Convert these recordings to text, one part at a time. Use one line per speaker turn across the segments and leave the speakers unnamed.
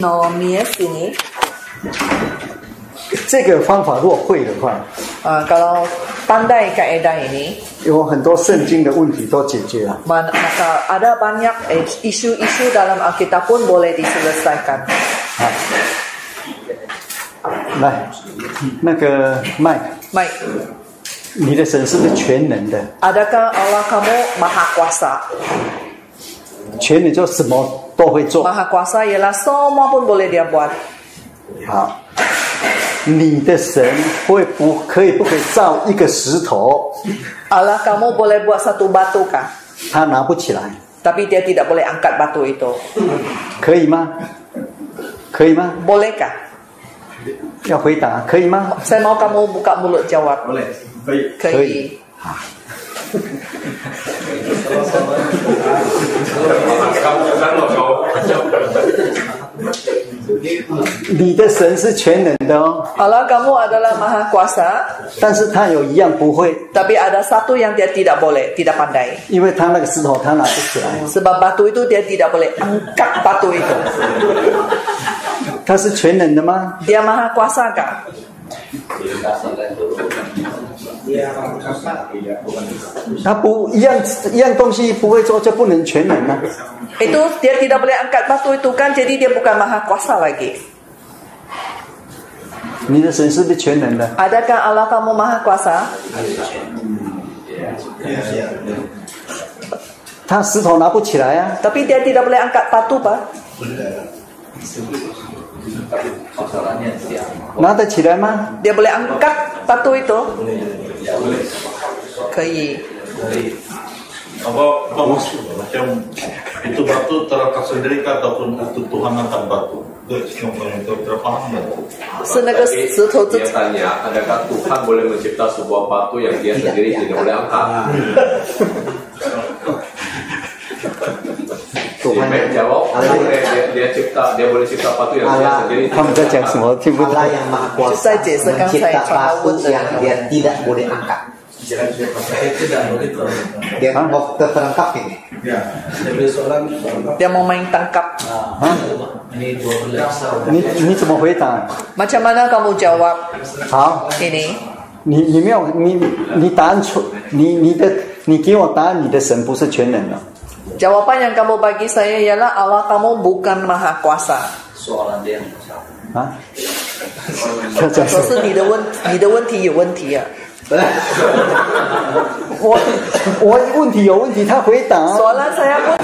Nomiesini
这个方法如果会的话，
uh, kalau pandai kaedah ini
有很多圣经的问题都解决了。
man- maka ada banyak eh, isu-isu dalam Alkitab pun boleh diselesaikan.
啊来，那个麦，
Baik,
你的神是不是全能的？
adakah Allah kamu maha kuasa?
全能就什么都会做。
Maha kuasa ialah semua pun boleh dia buat.
好，你的神会不可以不可以造一个石头，
Allah kamu boleh buat satu batu kah?
他拿不起来，
Tapi dia tidak boleh angkat batu itu.
可以吗？可以吗？
Bolehkah?
要回答，可以吗？
Saya mau kamu buka mulut jawab.
Boleh, baik.
Kei.
Kamu kan lo kau.
你的神是全能的哦，
Allah kamu adalah maha kuasa,
但是他有一样不会，
tapi ada satu yang dia tidak boleh, tidak pandai.
因为他那个石头他拿不起来，
Sebab batu itu dia tidak boleh angkat batu itu.
他是全能的吗？
Dia maha kuasa kah?
Iya, kamu kan. Iya, bukan.
他不一样一样东西不会做就不能全能啊。
Itu dia tidak boleh angkat batu itu kan, jadi dia bukan maha kuasa lagi.
你的神是不是全能的？
Adakah Allah kamu maha kuasa?
他石头拿不起来啊，
Tapi dia tidak boleh angkat batu pak.
拿得起来吗？
Dia boleh angkat batu itu? Kei.
apa bagus macam itu batu terangkat sendiri ke ataupun itu Tuhan angkat batu itu yang paling itu terpaham ya
So, naga
Tapi
serta-
dia tanya, adakah Tuhan boleh mencipta sebuah batu yang dia sendiri tidak boleh angkat?
Tuhan.
Tuhan jawab, boleh dia, dia cipta, dia boleh cipta batu yang dia
Allah.
sendiri.
他们在讲什么？听不懂
Allah。yang maha kuasa
Susah je, sekarang
mencipta
saya cakap
batu
betul.
yang dia tidak boleh angkat. Dia
Hah?
mau terperangkap ini.
Ya.
Dia mau main tangkap.
你你怎么回答？
Macam mana kamu jawab
好，
ini?
你你没有你你答案错，你你的你给我答案，你的神不是全能的。
Jawapan yang kamu bagi saya ialah Allah kamu bukan maha kuasa.
啊？要讲
可
什么？
是你的问你的问题有问题啊！
我我问题有问题，他回答
Soalan saya pun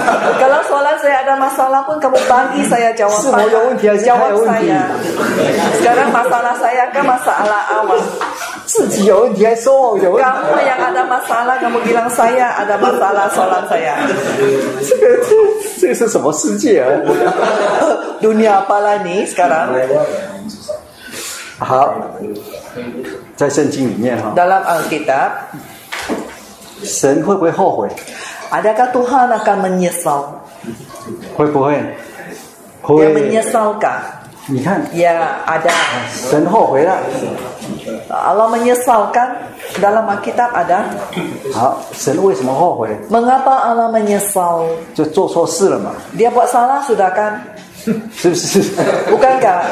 kalau soalan saya ada masalah pun kamu bagi saya
是
jawapan.
我有问题还是他
Jawab
有问题
saya.？Sekarang masalah saya kan masalah awal.
自己有问题还说我有问题？
Kamu yang ada masalah kamu bilang saya ada masalah soalan saya.
这个这这个是什么世界啊？
Dunia apalah ni sekarang
好，在圣经里面哈，
dalam Alkitab?
神会不会后悔？
Adakah Tuhan akan menyesal?
会不会？
Dia
会。
menyesalkah?
你看，
Ya, ada.
神后悔了。
Allah menyesalkan dalam Alkitab ada.
好，神为什么后悔？
Mengapa Allah menyesal?
就做错事了嘛，
Dia buat salah sudah kan?
是不是？
Bukankah?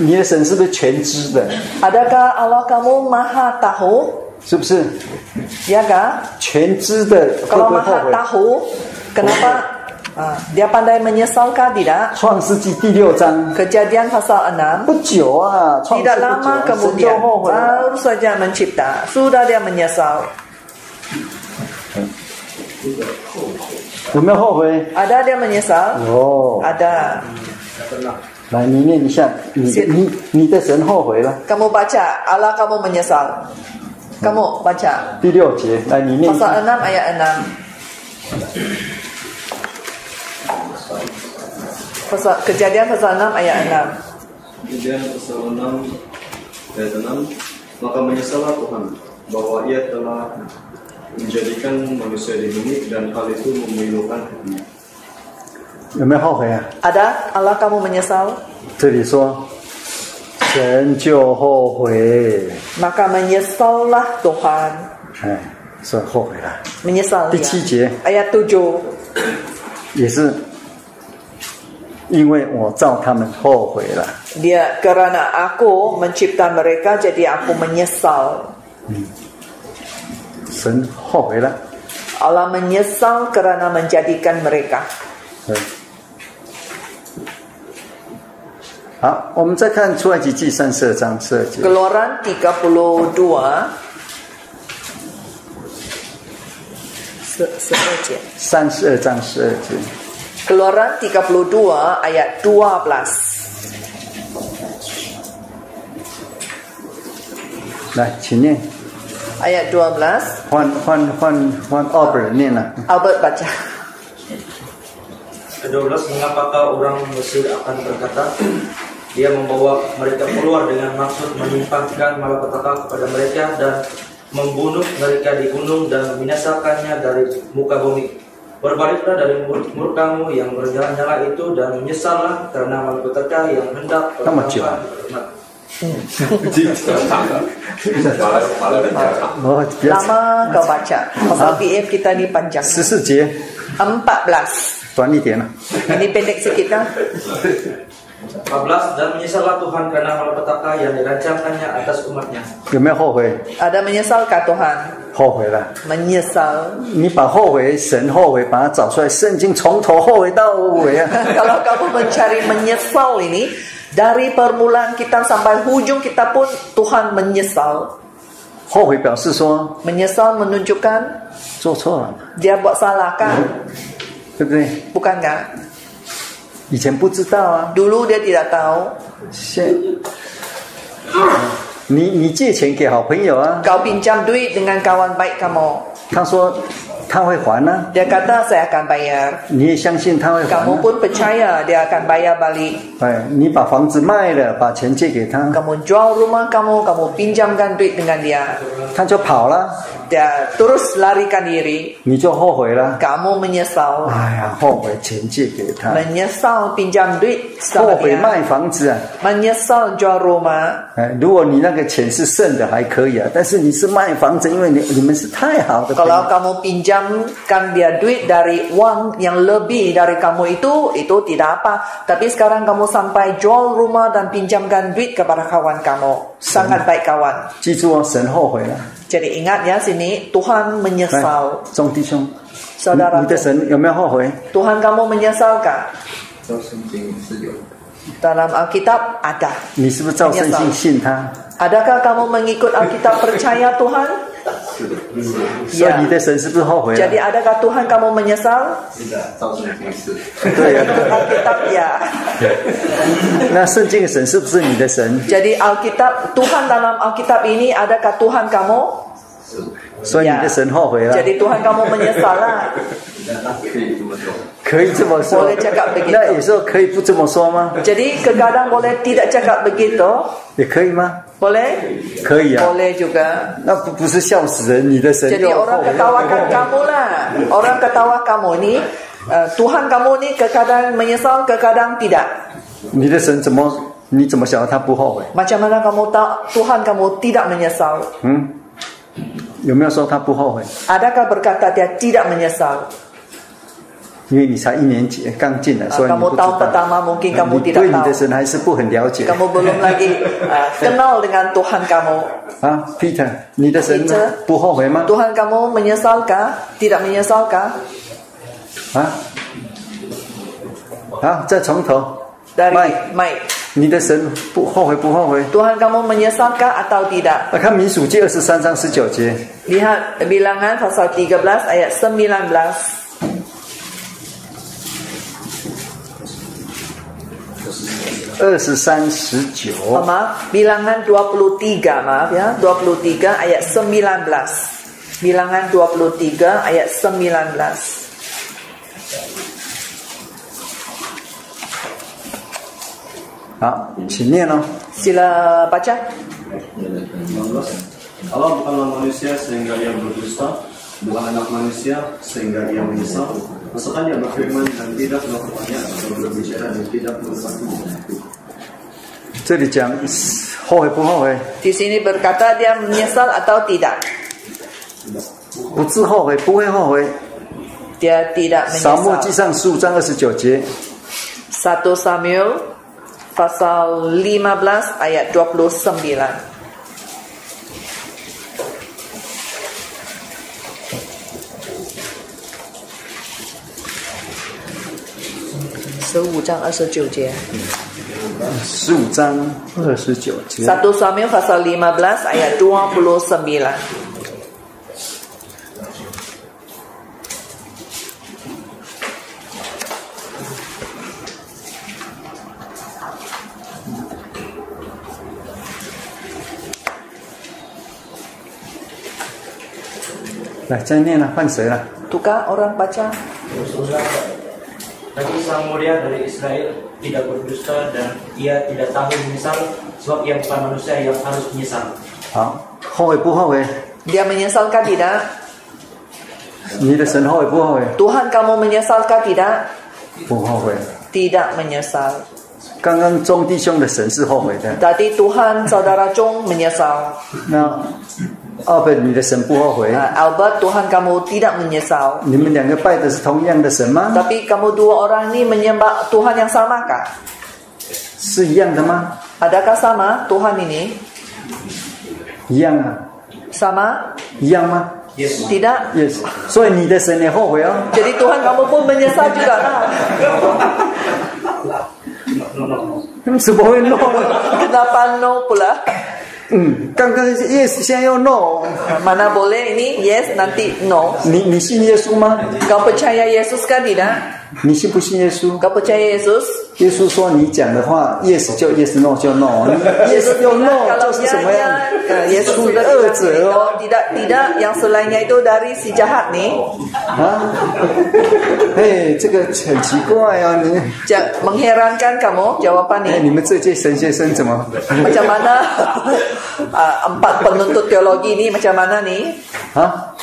你的神是不是全知的？
Adakah Allah kamu maha tahu?
是不是？
Ya kah?
全知的会
Kalau
不会后
maha
悔？
tahu, kenapa Ah, dia pandai menyesalkah tidak?
创世纪第六章
Kejadian pasal 6
不久啊，创世
Tidak lama
不久，神就
kemudian
后悔了。
baru saja mencipta Sudah dia menyesal
有没有后悔？
Ada dia menyesal?
有。
Ada
来，你念一下，你
是
你你的神后悔了，
Kamu baca Allah kamu menyesal Kamu baca
第六节，来你念一下。
Pasal 6 ayat 6 Pasal, kejadian pasal 6 ayat
Kejadian pasal 6 ayat 6 eh, Maka menyesallah Tuhan bahwa ia telah menjadikan manusia di bumi dan hal itu memilukan hatinya.
有没有后悔啊？
6 Ada Allah kamu menyesal
这里说，神就后悔，
Maka menyesallah Tuhan
哎，说后悔了，
Menyesal
Di
dia.
siji.
Ayat 7
也是因为我造他们后悔了。
Dia kerana aku mencipta mereka jadi aku menyesal.
神后悔了，
Allah menyesal kerana menjadikan mereka.
嗯。好，我们再看出埃及记三十二章十二节。
Keluaran 32 Se- sebagian.
三十二章十二节，
Keluaran 32 ayat 12.
来，请念，
Ayat 12
换换换换二本人念了。
Albert baca.
Kedua belas, mengapakah orang Mesir akan berkata, dia membawa mereka keluar dengan maksud menimpakan malapetaka kepada mereka dan membunuh mereka di gunung dan membinasakannya dari muka bumi. Berbaliklah dari mulut-mulut kamu yang bernyala-nyala itu dan menyesallah karena malapetaka yang hendak
Kamu cium.
berlaku.
malah malah bercakap.
哦，不要
Lama kau baca. Pasal PM kita ni panjang.
十四节
14.
短一点了。
Ini pendek sikit kan?
14 dan menyesallah Tuhan karena malapetaka yang dirancangkannya atas umatnya.
有没有后悔？
Ada menyesalkah Tuhan?
后悔了。
Menyesal.
你把后悔、神后悔，把它找出来，圣经从头后悔到尾啊。
Kalau kamu mencari menyesal ini, dari permulaan kita sampai hujung kita pun Tuhan menyesal.
后悔表示说
Menyesal menunjukkan
做错了，
dia buat salah kan?
对不对？
Bukan kan?
以前不知道啊，
Dulu dia tidak tahu.
现你你借钱给好朋友啊，
Kau pinjam duit dengan kawan baik kamu.
他说他会还呢、啊，
Dia kata saya akan bayar.
你也相信他会还、
Kamu
啊。
pun percaya dia akan bayar balik.
哎，你把房子卖了，把钱借给他，
Kamu jual rumah kamu, kamu pinjamkan duit dengan dia.
他就跑了，
Dia terus larikan diri.
你就后悔了。
Kamu menyesal.
哎呀，后悔钱借给他，
Menyesal pinjam duit
后
sama
悔
dia.
卖房子啊。
Menyesal jual rumah.
哎，如果你那个钱是剩的还可以啊，但是你是卖房子，因为你你们是太好的朋
Kalau
友，
kamu pinjamkan dia duit dari uang yang lebih dari kamu itu, itu tidak apa. Tapi sekarang kamu sampai jual rumah dan pinjamkan duit kepada kawan kamu. Sangat baik kawan.
记住哦，神后悔了。
Jadi ingat ya sini, Tuhan
来
menyesal.，
众弟兄，你
Saudara,
你的神有没有后悔？
Tuhan kamu menyesalkah?
照圣经是有的。
Dalam Alkitab ada.
你是不是照圣经信他？
Adakah kamu mengikut Alkitab percaya Tuhan? 哎 Ya.
所以你的神是不是后悔
Jadi
了？
adakah Tuhan kamu menyesal?
照圣经是，
对呀、
Ikut Alkitab ya.
那圣经的神是不是你的神？
Jadi Alkitab Tuhan dalam Alkitab ini adakah Tuhan kamu?
所以你的神后悔了，
Jadi Tuhan kamu menyesal lah.
可以这么说。
可以这么说
我的这个不给。
那有时候可以不这么说吗？
Jadi kadang boleh tidak cakap begitu.
也可以吗？
Boleh?
可以啊。
Boleh juga.
那不不是笑死人，你的神
Jadi
又后
orang
悔又后
ketawakan
悔
kamu lah. Orang ketawa kamu ni, eh, Tuhan kamu ni kekadang menyesal, kekadang tidak.
你的神怎么你怎么晓得他不后悔？
Macam mana kamu tahu Tuhan kamu tidak menyesal?
嗯，有没有说他不后悔？
Adakah berkata dia tidak menyesal?
因为你才一年级，刚进来，
Ah,
所以你
kamu
不知
tahu
道。
pertama mungkin kamu
你
tidak
对你的
tahu.
神还是不很了解
Kamu belum lagi ah, kenal dengan Tuhan kamu.
啊，Peter，你的神
Peter
不后悔吗？
Tuhan kamu menyesalkah? Tidak menyesalkah?
啊，好，再从头。
Dari
Mike
Mike.
你的神不后悔不后悔？
Tuhan kamu menyesalkah atau tidak?
来看民数记二十三章十九节，
Lihat bilangan pasal 13 ayat 19.
二十三十九，
Oh, maaf, bilangan 23, maaf ya, 23 ayat 19. Bilangan 23 ayat 19.
好，请念哦。
Sila baca.
16. Allah bukanlah manusia sehingga ia berdusta, bukan anak manusia sehingga ia menyesal. Masakan dia berfirman dan tidak melakukannya atau berbicara dan tidak melakukannya.
这里讲后悔不后悔？
Di sini berkata dia menyesal atau tidak.
不自后悔，不会后悔。
Dia tidak
扫墓记
menyesal.
上十五章二十九节，
1 Samuel pasal 15 ayat 29.十五章二十九节，
十五章二十九节，
satu Samuel pasal 15 ayat 29.
来再念了，换谁了？
Tukar orang baca.
Rasulullah Nabi Sang mulia dari Israel tidak berdusta dan ia tidak tahu menyesal sebab ia bukan manusia yang harus menyesal.
好，后悔不后悔？
Dia menyesalkah tidak?
你的神后悔不后悔？
Tuhan kamu menyesalkah tidak?
不后悔。
Tidak menyesal.
刚刚中弟兄的神是后悔的，
Tadi Tuhan saudara Chung menyesal.
那二本你的神不后悔？
Uh, Albert Tuhan kamu tidak menyesal.
你们两个拜的是同样的神吗？
Tapi kamu dua orang ini menyembah Tuhan yang samakah?
是一样的吗？
Adakah sama Tuhan ini?
一样啊，
Sama?
一样吗
Tidak?
？Yes，所以你的神也后悔哦。
Jadi Tuhan kamu pun menyesal juga lah.
怎么会 no？
Kenapa no pula?
嗯，刚刚 yes，现在又 no。
Mana boleh ini yes nanti no.
你你信耶稣吗？
Kau percaya Yesus kan tidak?
你信不信耶稣？
Kau percaya Yesus?
耶稣说你讲的话，yes 就 yes，no 就 no，yes 又
bilang
no 就
kalau
是
ya,
什么
ya.
样呃
Nah,？Yesus
出于
sudah
二
bilang ini,
者
kalau
哦，
tidak tidak yang selainnya itu dari si jahat nih.
啊， 哎，这个很奇怪啊，你
Ja- mengherankan kamu
哎，
jawabannya.
你们这届神学生怎么
Macam mana ah, empat penuntut teologi ini macam mana nih?
啊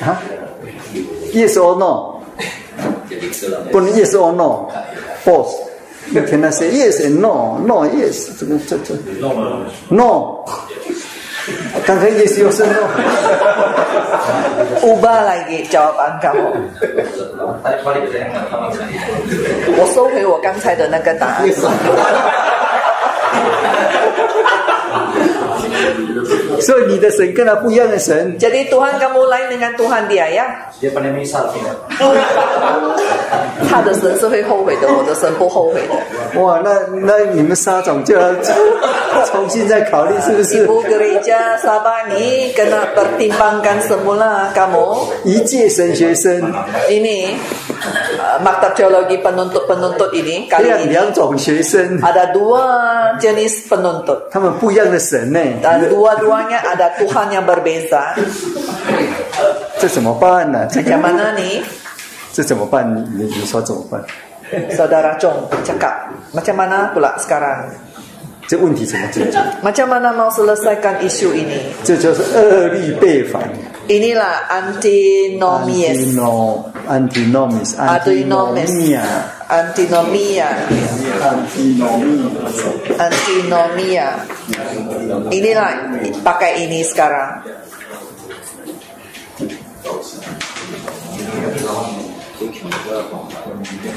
啊？Yes or no？不能 Yes or no，both。You cannot say yes and no, no yes，这个这这
No, no, no.
no。刚才 yes 又是 no，
Ubah lagi jawaban kamu. 我收回我刚才的那个答案。
所以你的神跟他不一样的神，
Jadi Tuhan kamu lain dengan Tuhan dia ya.
Dia pandai menyesal tidak?
他的神是会后悔的，我的神不后悔的。
哇，那那你们沙总就要重新再考虑是不是？
Ibu gereja Sabah ini kena pertimbangkan semula kamu
一届神学生
ini uh, maktab teologi penuntut-penuntut ini
培
kali
养
ini
哎两种学生，
ada dua jenis penuntut
他们不一样的神呢，
dan dua-duanya ada Tuhan yang berbeza.
这怎么办呢、这
Macam mana nih,
这怎么办？你你说怎么办？
saudara Chong cakap? Macam mana pula sekarang?
这问题怎么解决？
Macam mana mau selesaikan isu ini?
这就是恶力背反
Inilah antinomies.
，antino antinomis
Antinomis.
antinomia
Antinomia.
antinomia
Antinomia. Inilah pakai ini sekarang.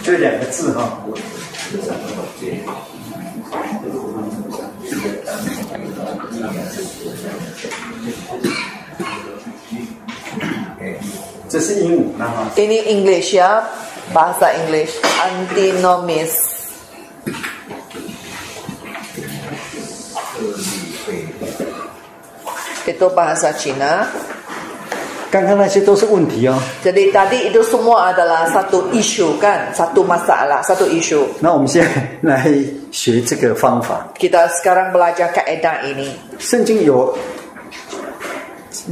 这两个字哈、这是鹦鹉呢哈，
Ini English ya, bahasa English. Antinomis. ，itu bahasa Cina.
刚刚那些都是问题哦。
Jadi tadi itu semua adalah satu isu kan, satu masalah, satu isu.
那我们现在来学这个方法。
Kita sekarang belajar kaedah ini.
圣经有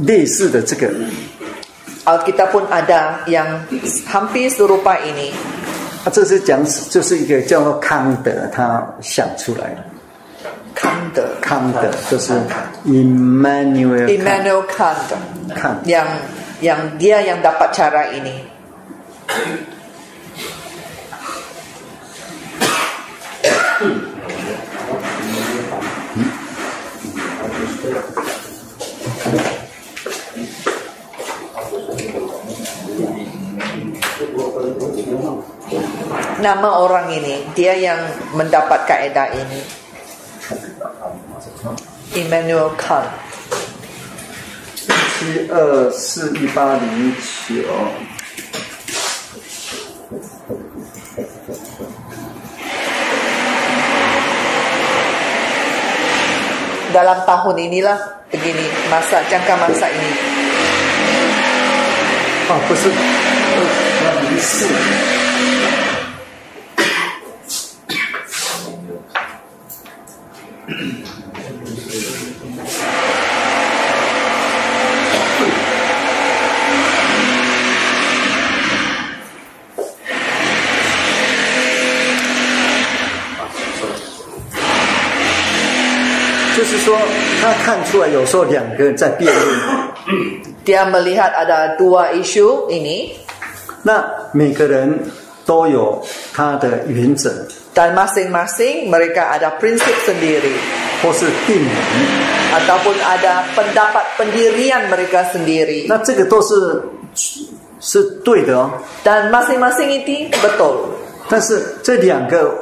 类似的这个
Alkitab pun ada yang hampir serupa ini.
啊，这是讲就是一个叫做康德他想出来的。
Kant,
康德就是 Immanuel Kant，
Immanuel Kant
康
yang yang dia yang dapat cara ini.
1
Nama orang ini, dia yang mendapat kaidah ini. Immanuel Kant.
七二四一八零九。
Dalam tahun inilah begini masa jangka masa ini.
啊，不是，二零四。就是说，他看出来，有时候两个人在辩论，
Dia melihat ada dua isu ini
那每个人都有他的原则
dan masing-masing mereka ada prinsip sendiri
或是定理，
ataupun ada pendapat pendirian mereka sendiri
那这个都是是对的哦。
dan masing-masing ini betul.
但是这两个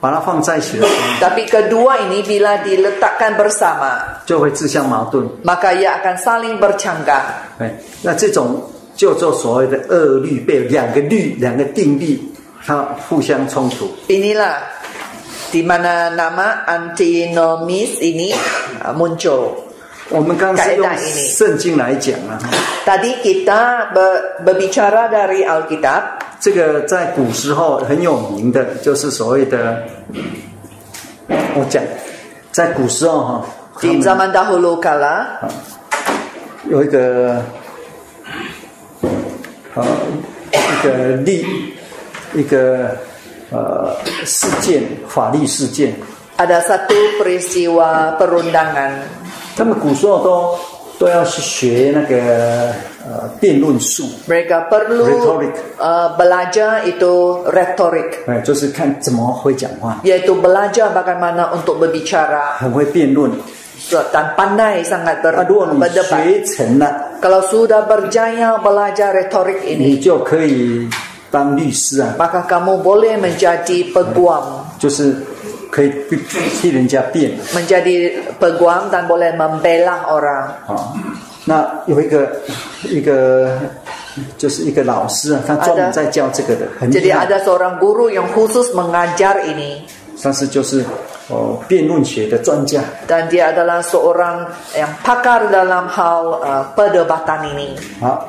把它放在一起的时候，
Tapi kedua ini bila diletakkan bersama,
就会自相矛盾。
maka ia akan saling bercanggah.
哎，那这种就做所谓的恶律被两个律、两个定律，它互相冲突。
Inilah di mana nama antinomis ini ah, muncul.
我们刚刚是用
改在一起
圣经来讲啊，
Tadi kita be- berbicara dari Alkitab.
这个在古时候很有名的，就是所谓的，我讲，在古时候哈、他
Di
们
zaman dahulu kala
有一个呃一个例一个呃事件法律事件，
ada satu peristiwa perundangan.
他们古时候都都要去学那个呃辩论术，
Mereka perlu
Retorik.
eh, belajar itu retorik,
哎、就是看怎么会讲话，
yaitu belajar bagaimana untuk berbicara
很会辩论。
dan pandai sangat ber-
那、如果你
berdebat.
学成了，
Kalau sudah berjaya belajar retorik ini,
你就可以当律师啊，
maka kamu boleh menjadi peguam,
就是可以替人家辩。
menjadi peguam dan boleh membela orang.
啊，那有一个一个就是一个老师啊，他专门在教这个的，很
Jadi
厉害。
ada seorang guru yang khusus mengajar ini
但是就是哦，辩论学的专家，
dan dia adalah seorang yang pakar dalam hal uh, perdebatan ini.
好，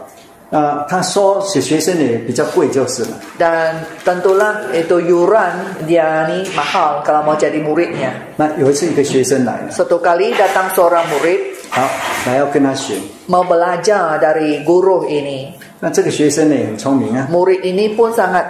呃，他说学学生也比较贵就是了。
Dan tentulah itu yuran dia ni mahal kalau mau jadi muridnya.
那有一次一个学生来了，
Satu kali datang seorang murid
好，来要跟他学。
mau belajar dari guru ini.
那这个学生呢也很聪明啊，
Murid ini pun sangat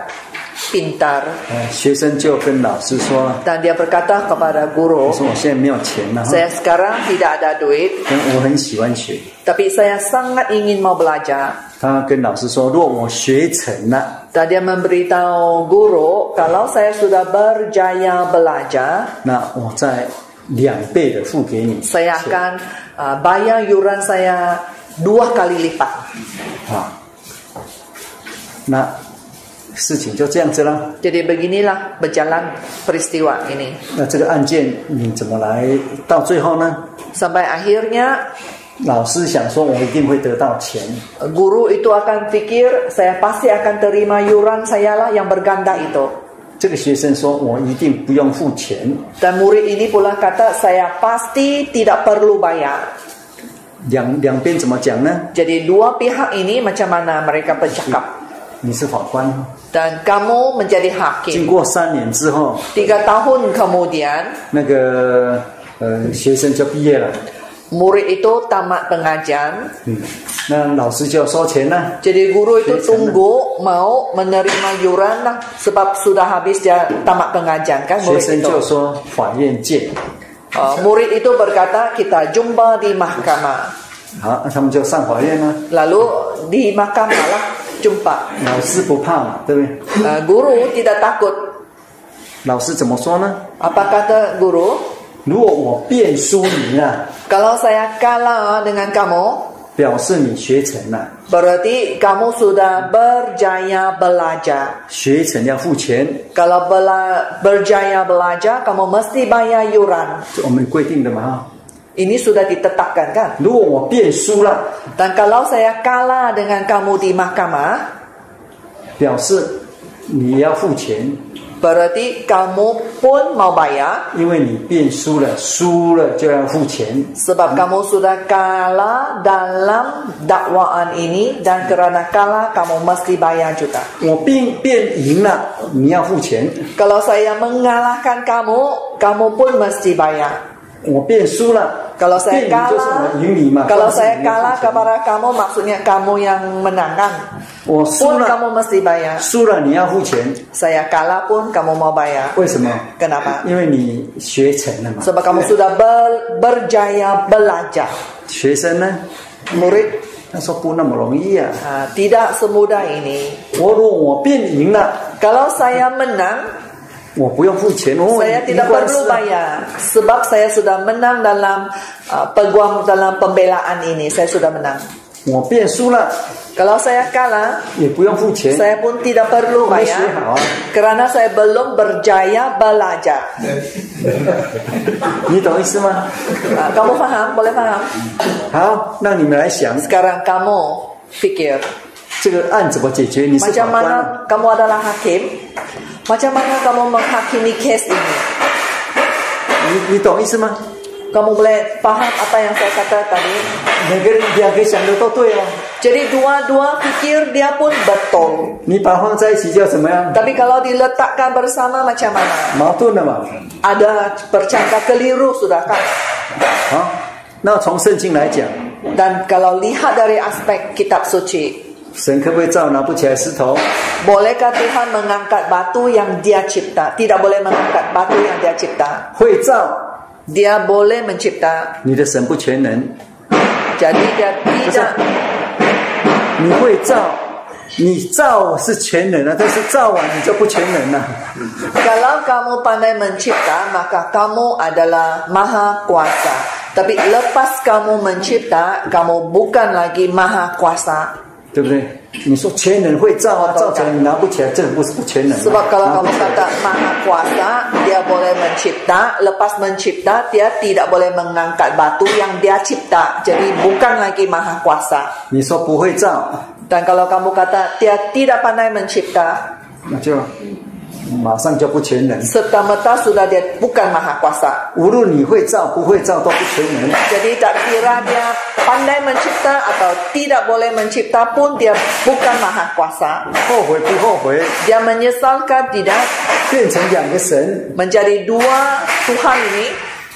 pintar
呃，学生就跟老师说了，
dan dia berkata kepada
我
guru,
说我现在没有钱了、啊，
saya sekarang tidak ada duit,
但我很喜欢学。
tapi saya sangat ingin mau belajar.
他跟老师说，若我学成了，
Dan dia memberitahu guru, kalau saya sudah berjaya belajar,
那我再两倍的付给你。
saya akan uh, bayar yuran saya dua kali lipat.
啊，那事情就这样子啦。
Jadi beginilah berjalan peristiwa ini.
那这个案件你怎么来到最后呢？
Sampai akhirnya uh,
老师想说，我一定会得到钱，
guru itu akan pikir, saya pasti akan terima yuran sayalah yang berganda itu.
这个学生说我一定不用付钱，
Dan murid ini pula kata, saya pasti tidak perlu bayar.
两两边怎么讲呢？
Jadi dua pihak ini macam mana mereka bercakap.
你是法官，
Dan kamu menjadi
经
hakim.
过三年之后，
Tiga tahun kemudian,
那个呃学生就毕业了，
murid itu tamat pengajian.
嗯，那老师就收钱了，
Jadi guru itu
Yes,
tunggu mau menerima yuran lah. Sebab sudah habis dia tamat pengajian kan
学
murid
生就
itu.
说法院见，
Uh, murid itu berkata, kita jumpa di mahkamah.
好，那他们就上法院了。
Lalu di mahkamah lah jumpa.
老师不怕嘛，对不对？
Uh, guru tidak takut.
老师怎么说呢？
Apa kata guru?
如果我变输你了，啊
Kalau saya kalah dengan kamu,
表示你学成啊了、
Berarti kamu sudah berjaya belajar.
学成要付钱，
Kalau bela- berjaya belajar, kamu mesti bayar yuran.
这我们规定的嘛哈。
Ini sudah ditetapkan kan?
如果我变输了，
Dan kalau saya kalah dengan kamu di mahkamah,
表示你要付钱，
berarti kamu pun mau bayar.
因为你变输了，输了就要付钱。
Sebab kamu sudah kalah dalam dakwaan ini dan kerana kalah kamu mesti bayar juga.
我变变赢了，你要付钱；
Kalau saya mengalahkan kamu, kamu pun mesti bayar.
我变输了，
Kalau saya
变赢就是我
kalah,
赢你嘛。
kalau
但是
saya
你要付
kalah
钱
kepada kamu maksudnya kamu yang menang kan?
我输
Pun
了，
kamu mesti bayar.
输了你要付钱，
Saya kalah pun kamu mau bayar.
为什么？
Kenapa?
因为你学成了嘛。
Sebab kamu sudah ber- berjaya belajar.
学生呢？
Murid
他说不那么容易啊。
ah, tidak semudah ini.
我如果我变赢了，
Kalau saya menang,
我不用付钱哦。
saya
一
tidak
关
perlu
是
bayar sebab saya sudah menang dalam uh, peguam dalam pembelaan ini saya sudah menang
我变输了
kalau saya kalah
也不用付钱。
saya pun tidak perlu
Kamu
bayar
sihat, awak.
kerana saya belum berjaya belajar
你懂意思吗？
Uh, kamu faham boleh faham
好，那你们来想
sekarang kamu fikir
这个案怎么解决？你是
macam
法官
mana
啊，
kamu adalah hakim macam mana kamu menghakimi kes ini
你你懂意思吗？
kamu boleh faham apa yang saya kata tadi
每个人两个想的都对哦。
jadi dua-dua fikir dia pun betul
你把它放在一起叫怎么样？
Tapi kalau diletakkan bersama macam mana?
矛盾了嘛？
Ada percangka keliru sudah kan?
好，那从圣经来讲，
Dan kalau lihat dari aspek kitab suci,
神可不可以照拿不起来石头？
bolehkah Tuhan mengangkat batu yang dia cipta? Tidak boleh mengangkat batu yang dia cipta.
会照，
Dia boleh mencipta.
你的神不全能，
Jadi dia tidak
你会照，你照是全能啊，但是照完你就不全能啊了、
kalau kamu pandai mencipta, maka kamu adalah maha kuasa. Tapi lepas kamu mencipta, kamu bukan lagi maha kuasa.
对不对？你说全能会照啊，照起来你拿不起来，这不是不全能、啊。
Sebab kalau
拿
kamu
不起来
kata maha kuasa, dia boleh mencipta. Lepas mencipta, dia tidak boleh mengangkat batu yang dia cipta. Jadi bukan lagi maha kuasa.
你说不会照，
Dan kalau kamu kata dia tidak pandai mencipta,
那就马上就不全能。
serta merta sudah dia bukan maha kuasa.
无论你会照不会照都不全能，
Jadi tak kira dia pandai mencipta atau tidak boleh mencipta pun dia bukan maha kuasa.
后悔不后悔，
Dia menyesalkan tidak
变成两个神，
menjadi dua Tuhan ini.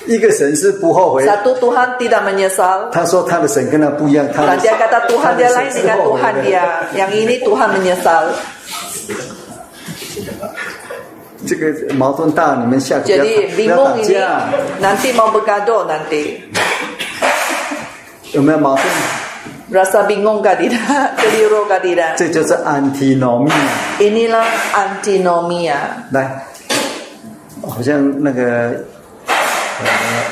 一个神是不后悔。
Satu Tuhan tidak menyesal,
他说他的神跟他不一样，他
Dan
的
dia kata Tuhan
他
dia
的
lain
神是
dengan
后悔
Tuhan
的。
dia. Yang ini Tuhan menyesal.
这个矛盾大，你们下次不要
Jadi
打不
bingung
要打
ini
架，
nanti mau bergaduh nanti.
有没有矛盾？
Rasa bingung kah tidak? Keliru kah tidak?
这就是 antinomia。
Inilah antinomia.
来，好像那个呃，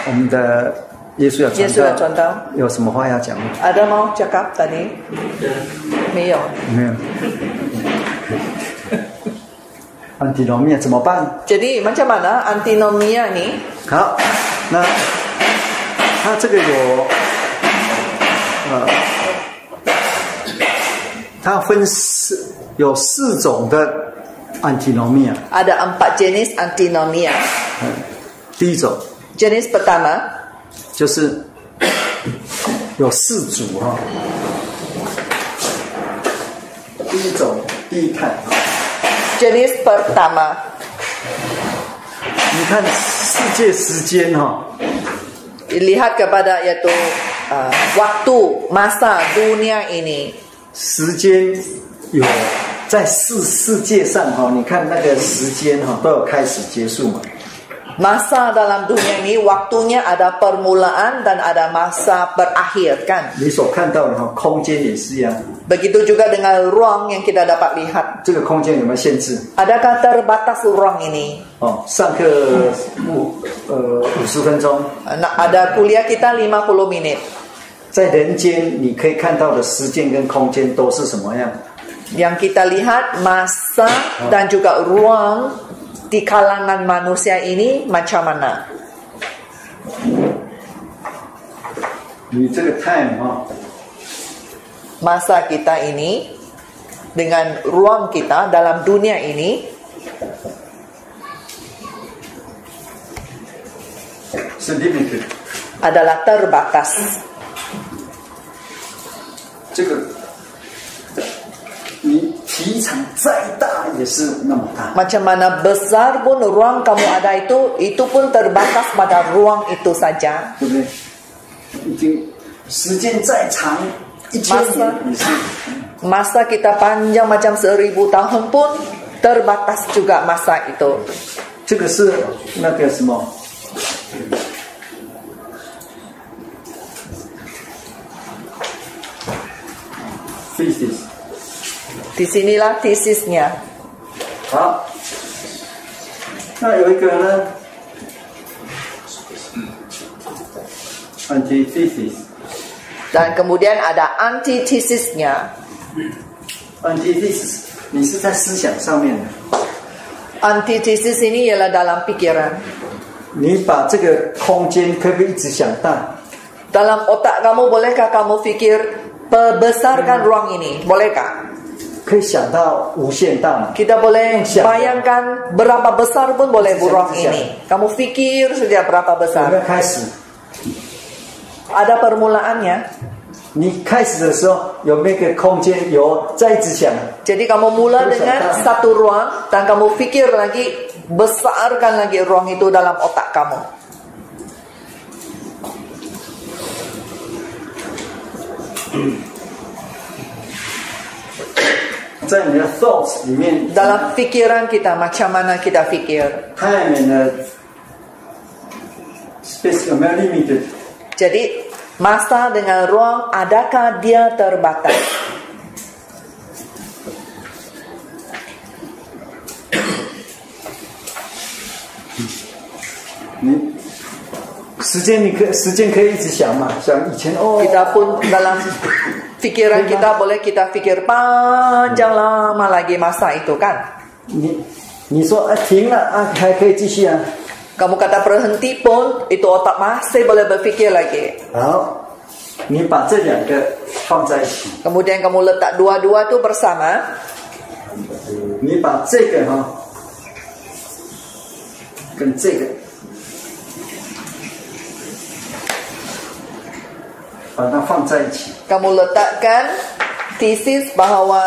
我们的呃耶稣要
耶
传道，
稣要传道
有什么话要讲吗？
Ada mau cakap tadi? Mio.
没有。呃安提罗面怎么办？
Jadi macam mana antinomia ni?
好，那他这个有呃，它分四有四种的安提罗面。
Ada empat jenis antinomia.
第一种
Jenis pertama
就是有四组哈、第一种第一看，
jenis pertama
你看世界时间哈、
lihat kepada iaitu uh, waktu masa dunia ini
时间有在世世界上哈、你看那个时间哈、都有开始结束嘛。
Masa dalam dunia ini waktunya ada permulaan dan ada masa berakhir kan.
你所看到的哈、空间也是一样，
Begitu juga dengan ruang yang kita dapat lihat.
这个空间有没有限制？
Adakah terbatas ruang ini?
哦，上课五呃五十分钟，
Nah, Ada kuliah kita 50 minit.
在人间你可以看到的时间跟空间都是什么样？
Yang kita lihat masa dan juga ruang di kalangan manusia ini macam mana?
你这个 time 哈、
Masa kita ini dengan ruang kita dalam dunia ini
是 limited，
adalah terbatas.
这个你体场再大也是那么大。
Macam mana besar pun ruang kamu ada itu, itu pun terbatas pada ruang itu saja.
对不对？已经时间再长，一千年也是
Masa kita panjang macam seribu tahun pun terbatas juga masa itu.
这个是那个什么？thesis
Disinilah tesisnya.
好，那有一个呢，antithesis。
Dan kemudian ada antitesisnya.
antithesis，你是在思想上面的，
Antitesis ini ialah dalam pikiran.
你把这个空间可不可以一直想大？
Dalam otak kamu bolehkah kamu fikir pebesarkan
Hmm.
ruang ini? Bolehkah?
可以想到无限大嘛？
Kita boleh
Siap.
bayangkan berapa besar pun boleh
Siap,
ruang
siap.
ini. Kamu fikir saja berapa
有没
besar.
有开始？
Ada permulaannya.
你开始的时候有没有一个空间？有，再一直想，
Jadi kamu mula
Terus
dengan
otak.
satu ruang dan kamu fikir lagi besarkan lagi ruang itu dalam otak kamu.
在你的 thoughts 里面
Dalam pikiran kita macam mana kita fikir.
time and uh, space 有没有 limited？
Jadi masa dengan ruang adakah dia terbatas?
你时间你可时间可以一直想嘛？想以前哦，
Kita pun dalam pikiran kita boleh kita fikir panjang lama lagi masa itu kan.
你你说啊停了啊还可以继续啊，
Kamu kata berhenti pun itu otak masih boleh berfikir lagi.
好，你把这两个放在一起，
Kemudian kamu letak dua-dua itu bersama.
你把这个哈、跟这个把它放在一起，
kamu letakkan tesis bahwa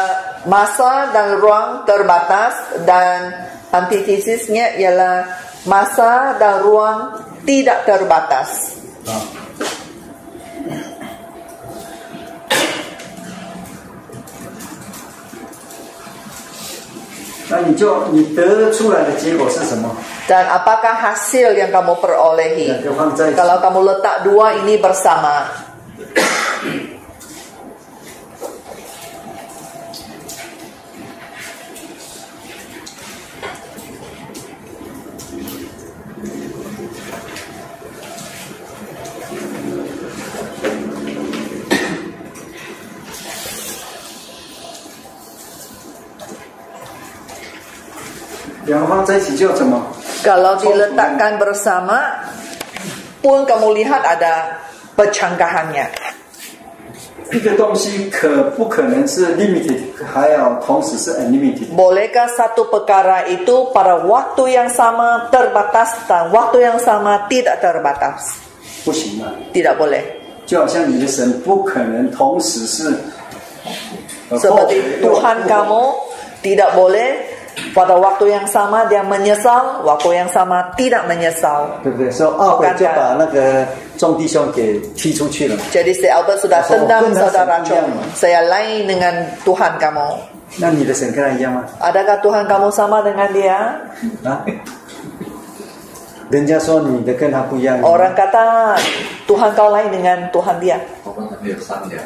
masa dan ruang terbatas dan antitesisnya ialah masa dan ruang tidak terbatas.
那你就你得出来的结果是什么？
Dan apakah hasil yang kamu perolehi?
Ya, Johan, saya-
Kalau kamu letak dua ini bersama,
两个放在一起就怎么？
kalau diletakkan bersama pun kamu lihat ada percanggahannya.
一个东西可不可能是 limited，还有同时是 unlimited？
Bolehkah satu perkara itu pada waktu yang sama terbatas dan waktu yang sama tidak terbatas?
不行啊，
Tidak boleh.
就好像你的神不可能同时是呃
Seperti
后悔
Tuhan
又
kamu tidak boleh pada waktu yang sama dia menyesal, waktu yang sama tidak menyesal.
对不哦对？说懊悔就把那个众弟兄给踢出去了。
Jadi si Albert sudah
Oh,
tendang
benar,
saudara
saya
Chong.
bilang.
Saya lain dengan Tuhan kamu.
那你的神跟他一样吗？
Adakah Tuhan kamu sama dengan dia?
啊？人家说你的跟他不一样。
哦 Orang kata Tuhan kau lain dengan Tuhan dia.
我们还没有商量。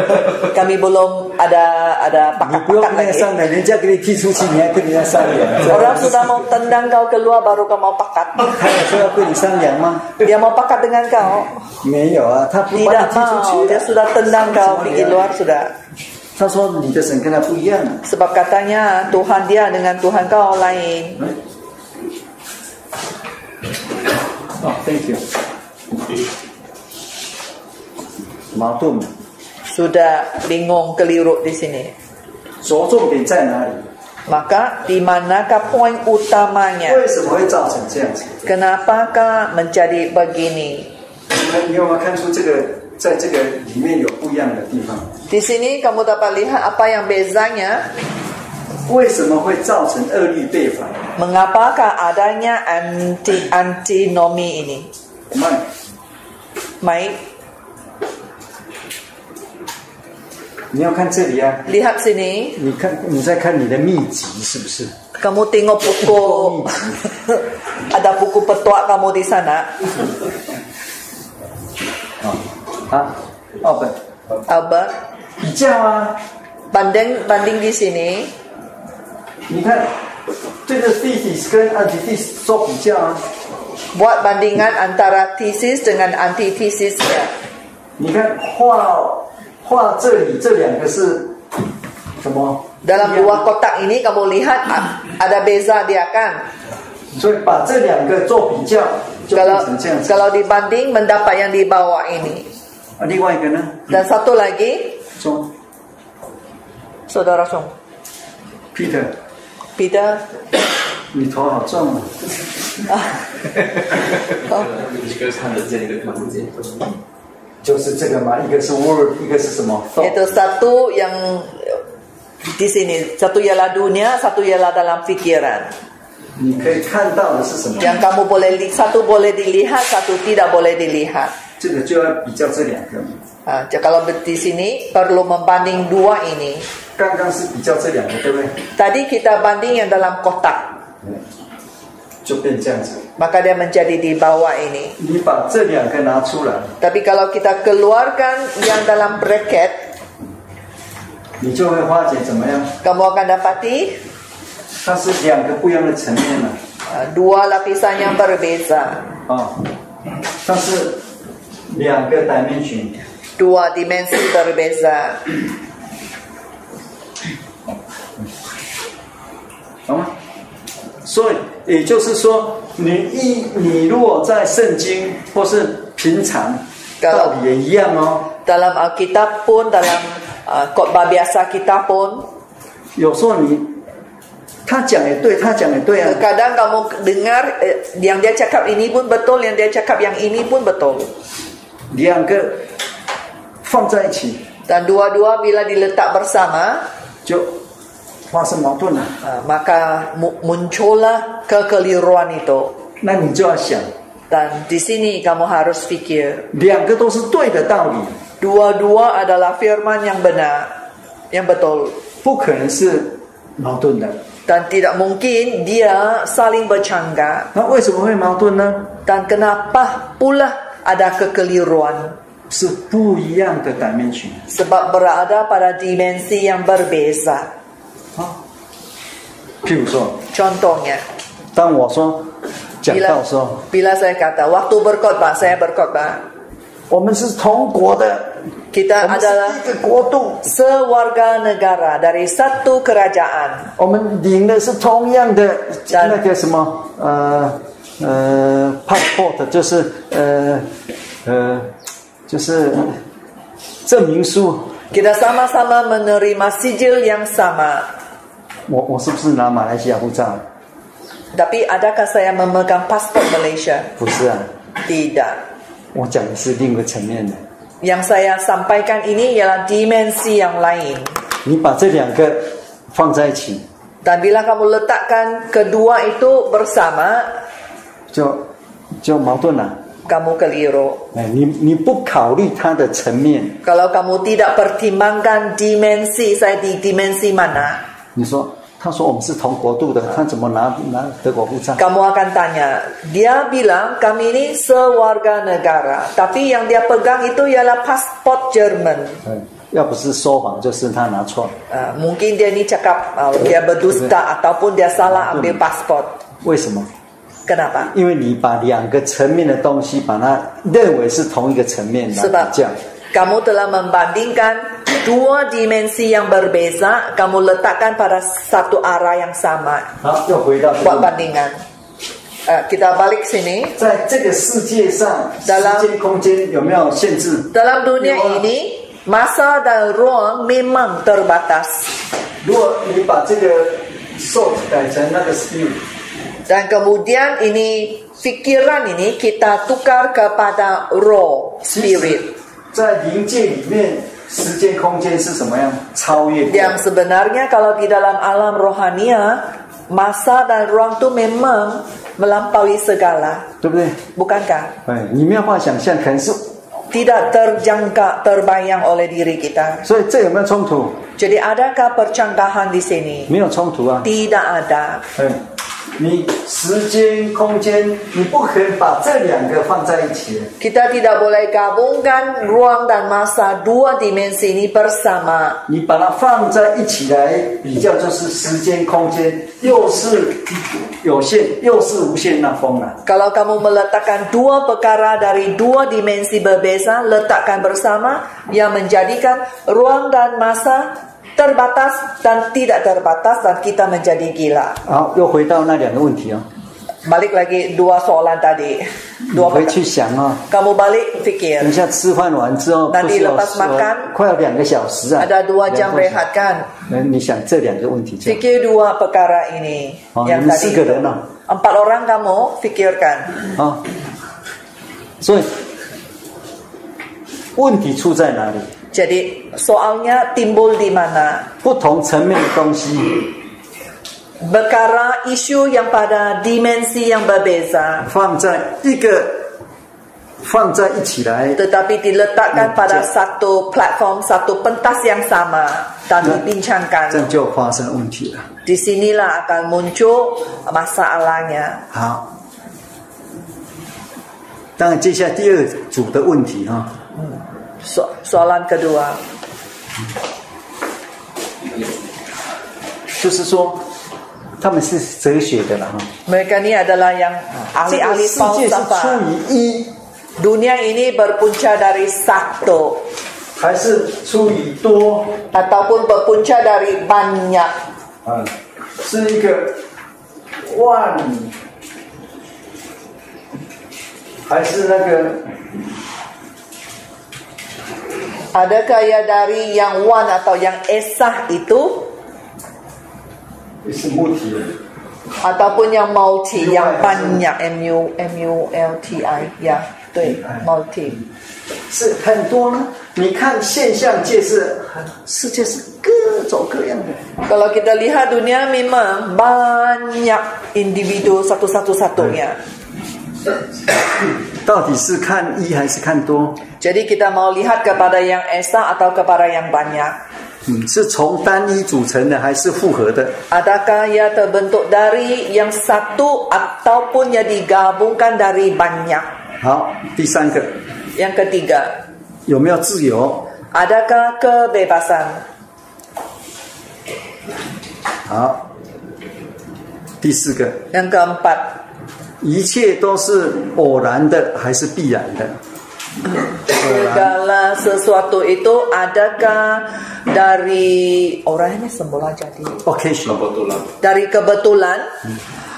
Kami belum ada ada pakat-pakat
你不用
lagi.
面上来，人家给你踢出去，你还跟人家商量？
Orang sudah mau tendang kau keluar baru kau mau pakat.
他有说要跟你商量吗？没有啊，他不啊
Dia mau pakat dengan kau. Tidak mau.
ya.
Dia sudah tendang kau pergi luar sudah.
他说你的神跟他不一样。
Sebab katanya Tuhan dia dengan Tuhan kau lain.
Oh, thank you. Matum.
Sudah bingung keliru di sini.
着重点在哪里？
Maka di manakah poin utamanya?
为什么会造成这样子？
Kenapakah menjadi begini?
你们你有没有看出这个在这个里面有不一样的地方？
Di sini kamu dapat lihat apa yang bezanya.
为什么会造成恶律背反？
Mengapakah adanya anti antinomi ini?
我们
Baik,
你要看这里啊，
lihat sini.
你看你在看你的秘籍是不是？
Kamu tengok buku. Ada buku petua kamu di sana.
啊，奥本
Albert,
比较啊，
banding banding di sini.
你看这个 thesis 跟 antithesis 做比较啊，
Buat bandingan antara tesis dengan antitesisnya.
你看画画这里这两个是什么？
Dalam dua kotak ini kamu lihat a- ada beza dia kan?
所以把这两个做比较，就变
Kalau
成这样子。
kalau dibanding mendapat yang di bawah ini.
啊，另外一个呢？
Dan satu lagi,
中
saudara Song,
Peter，
Peter.
你头好重啊！
一个看得见，一个看不见。
就是这个嘛，一个是 word，一个是什么？
Itu satu yang eh, di sini, satu ialah dunia, satu ialah dalam pikiran.
你可以看到的是什么？
Yang kamu boleh li- satu boleh dilihat, satu tidak boleh dilihat.
这个就要比较这两个嘛。
Ah, ja- kalau be- di sini perlu membanding dua ini.
刚刚是比较这两个，对不对？
Tadi kita banding yang dalam kotak,
就变这样子。
maka dia menjadi di bawah ini.
你把这两个拿出来，
Tapi kalau kita keluarkan yang dalam bracket,
你就会发觉怎么样？
kamu akan dapati
它是两个不一样的层面了
ah, dua lapisan yang berbeza,
啊、但是两个 dimension。
dua dimensi berbeza.
懂吗？所以也就是说，你一你如果在圣经或是平常
对
道理也一样哦。
Dalam Alkitab pun, dalam ah, khotbah biasa kita pun,
有时候你他讲也对，他讲也对啊。
kadang kamu dengar eh, yang dia cakap ini pun betul, yang dia cakap yang ini pun betul.
两个放在一起
Dan dua-dua bila diletak bersama,
就发生矛盾了。
Ah, maka mu- muncullah kekeliruan itu.
那你就要想，
Dan di sini kamu harus pikir,
两个都是对的道理，
dua-dua adalah firman yang benar, yang betul.
不可能是矛盾的。
Dan tidak mungkin dia saling bercanggah.
那为什么会矛盾呢？
Dan kenapa pula ada kekeliruan?
是不一样的 dimension
Sebab berada pada dimensi yang berbeza.
啊。譬如说，
Contohnya,
当我说讲
bila,
道的时候，
bila saya kata, waktu berkhotbah, saya berkhotbah.
我们是同国的，我
Kita
们
adalah
是一个国度，
sewarga negara dari satu kerajaan.
我们领的是同样的
咱
那个什么呃呃 passport，就是呃呃就是证明书。
Kita sama-sama menerima sijil yang sama.
我我是不是拿马来西亚护照？
Tapi adakah saya memegang paspor Malaysia?
不是啊，
Tidak.
我讲的是另一个层面的。
Yang saya sampaikan ini ialah dimensi yang lain.
你把这两个放在一起，
Dan bila kamu letakkan kedua itu bersama,
就就矛盾了。
kamu keliru.
哎，你你不考虑它的层面，
Kalau kamu tidak pertimbangkan dimensi saya di dimensi mana,
你说他说我们是同国度的，他怎么拿拿德国护照？
Kamu akan tanya, dia bilang kami ini sewarga negara, tapi yang dia pegang itu ialah pasport Jerman.
嗯，要不是说谎，就是他拿错了。
Ah, mungkin dia ni cakap ah, dia berdusta ataupun dia salah ambil pasport.
为什么？
Kenapa?
因为你把两个层面的东西，把它认为是同一个层面来比
Sebab
较，
kamu telah membandingkan dua dimensi yang berbeza, kamu letakkan pada satu arah yang sama.
好，又回到这
Buat
个，
bandingan. Ah, kita balik sini.
在这个世界上，时
再来
间、空间有没有限制？
Dalam dunia
Ya.
ini, masa dan ruang memang terbatas.
如果你把这个 salt 改成那个 stew，
Dan kemudian ini pikiran ini kita tukar kepada roh
其实
spirit
在灵界里面，时间空间是什么样？超越过
yang sebenarnya kalau di dalam alam rohania masa dan ruang itu memang melampaui segala
对不对？
bukankah
哎，你没有办法想象，可能是，
tidak terjangka terbayang oleh diri kita
所以这有没有冲突？
jadi adakah percanggahan di sini
没有冲突啊。
tidak ada
嗯，你时间空间，你不可能把这两个放在一起。
kita tidak boleh gabungkan ruang dan masa dua dimensi ini bersama
你把它放在一起来比较，就是时间、空间又是有限，又是无限那风啊。
Kalau kamu meletakkan dua perkara dari dua dimensi berbeza, letakkan bersama yang menjadikan ruang dan masa terbatas dan tidak terbatas dan kita menjadi gila.
好，又回到那两个问题哦，
Balik lagi dua soalan tadi.
你
Dua
回
perkara.
去想啊、
Kamu balik
等一
fikir.
下吃饭完之后，
那
不
你
是有
了 lepas
说
makan，
快要两个小时啊，
Ada dua jam
两个小时
rehat kan?
那你想这两个问题就好
Fikir dua perkara ini.
Oh,
yang
ini
tadi
tiga
itu.
dan enam.
Empat orang kamu fikirkan.
啊、所以问题出在哪里？
Jadi soalnya timbul di mana?
不同层面的东西，
Perkara isu yang pada dimensi yang berbeza.
放在一个放在一起来，
tetapi diletakkan
Hmm,
pada
cik.
satu platform, satu pentas yang sama dan
Ya. 这
dibincangkan.
样就发生问题了。
Di sinilah akan muncul masalahnya.
好，当然接下来第二组的问题哈、
So- soalan kedua,
就是说他们是哲学的了哈、
mereka ni adalah yang
这个
ahli-ahli
世界是出
falsafah.
于一，
Dunia ini berpunca dari satu
还是出于多？
ataupun berpunca dari banyak.
啊，是一个万，还是那个
Adakah ia dari yang one atau yang esah itu
也是母体的？
ataupun yang multi
Multi
yang
hasil.
banyak M U M U L T I ya, 对 multi.
Multi. 是很多呢？你看现象界是很世界是各种各样的，
Kalau kita lihat dunia memang banyak individu satu-satu-satunya.
到底是看一还是看多？
Jadi kita mau lihat kepada yang esa atau kepada yang banyak.
嗯，是从单一组成的还是复合的？
Adakah ia terbentuk dari yang satu ataupun yang digabungkan dari banyak?
好，第三个
Yang ketiga,
有没有自由？
adakah kebebasan?
好，第四个
Yang keempat,
一切都是偶然的还是必然的？
segala sesuatu itu adakah dari orangnya semula jadi
occasion，
kebetulan
dari kebetulan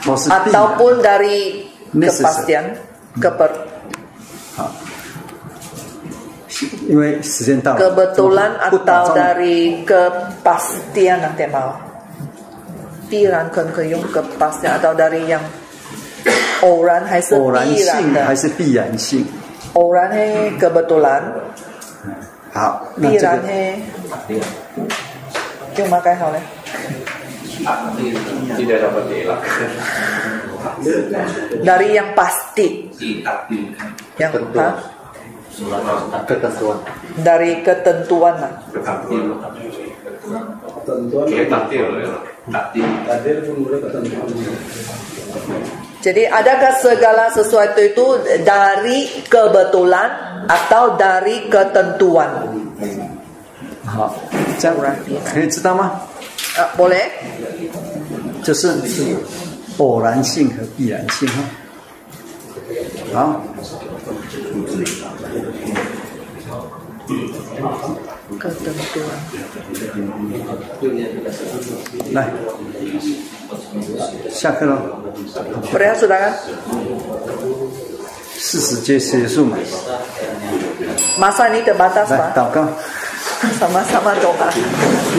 我是
啊
必然。
ataupun dari
Necessary.
kepastian keper,
因为时间到了，
kebetulan
不不打
atau
仗
dari kepastian nanti mau piran kengkeyung kepastian atau dari yang orang hai
偶然
piran
性还是必然性？
orang hai kebetulan
好，
Nah,
那这
piran
个
hai
Iya.
cuma kayak hal ya. ni.
tidak dapat dielakkan.
dari yang pasti yang
Ketentuan.
ha?
ketentuan
dari ketentuan lah.
Kayak takdir ya. takdir.
Takdir pun boleh kata
Jadi adakah segala sesuatu itu dari kebetulan atau dari ketentuan?
好，这样可以知道吗？
Ah, boleh?
就是是偶然性和必然性哈。好，
Ketentuan.
来，下课喽。
Berehat sudah kan?
事实皆结束嘛，
Masa ini terbatas
来
Pak.
祷告。
Sama-sama doa.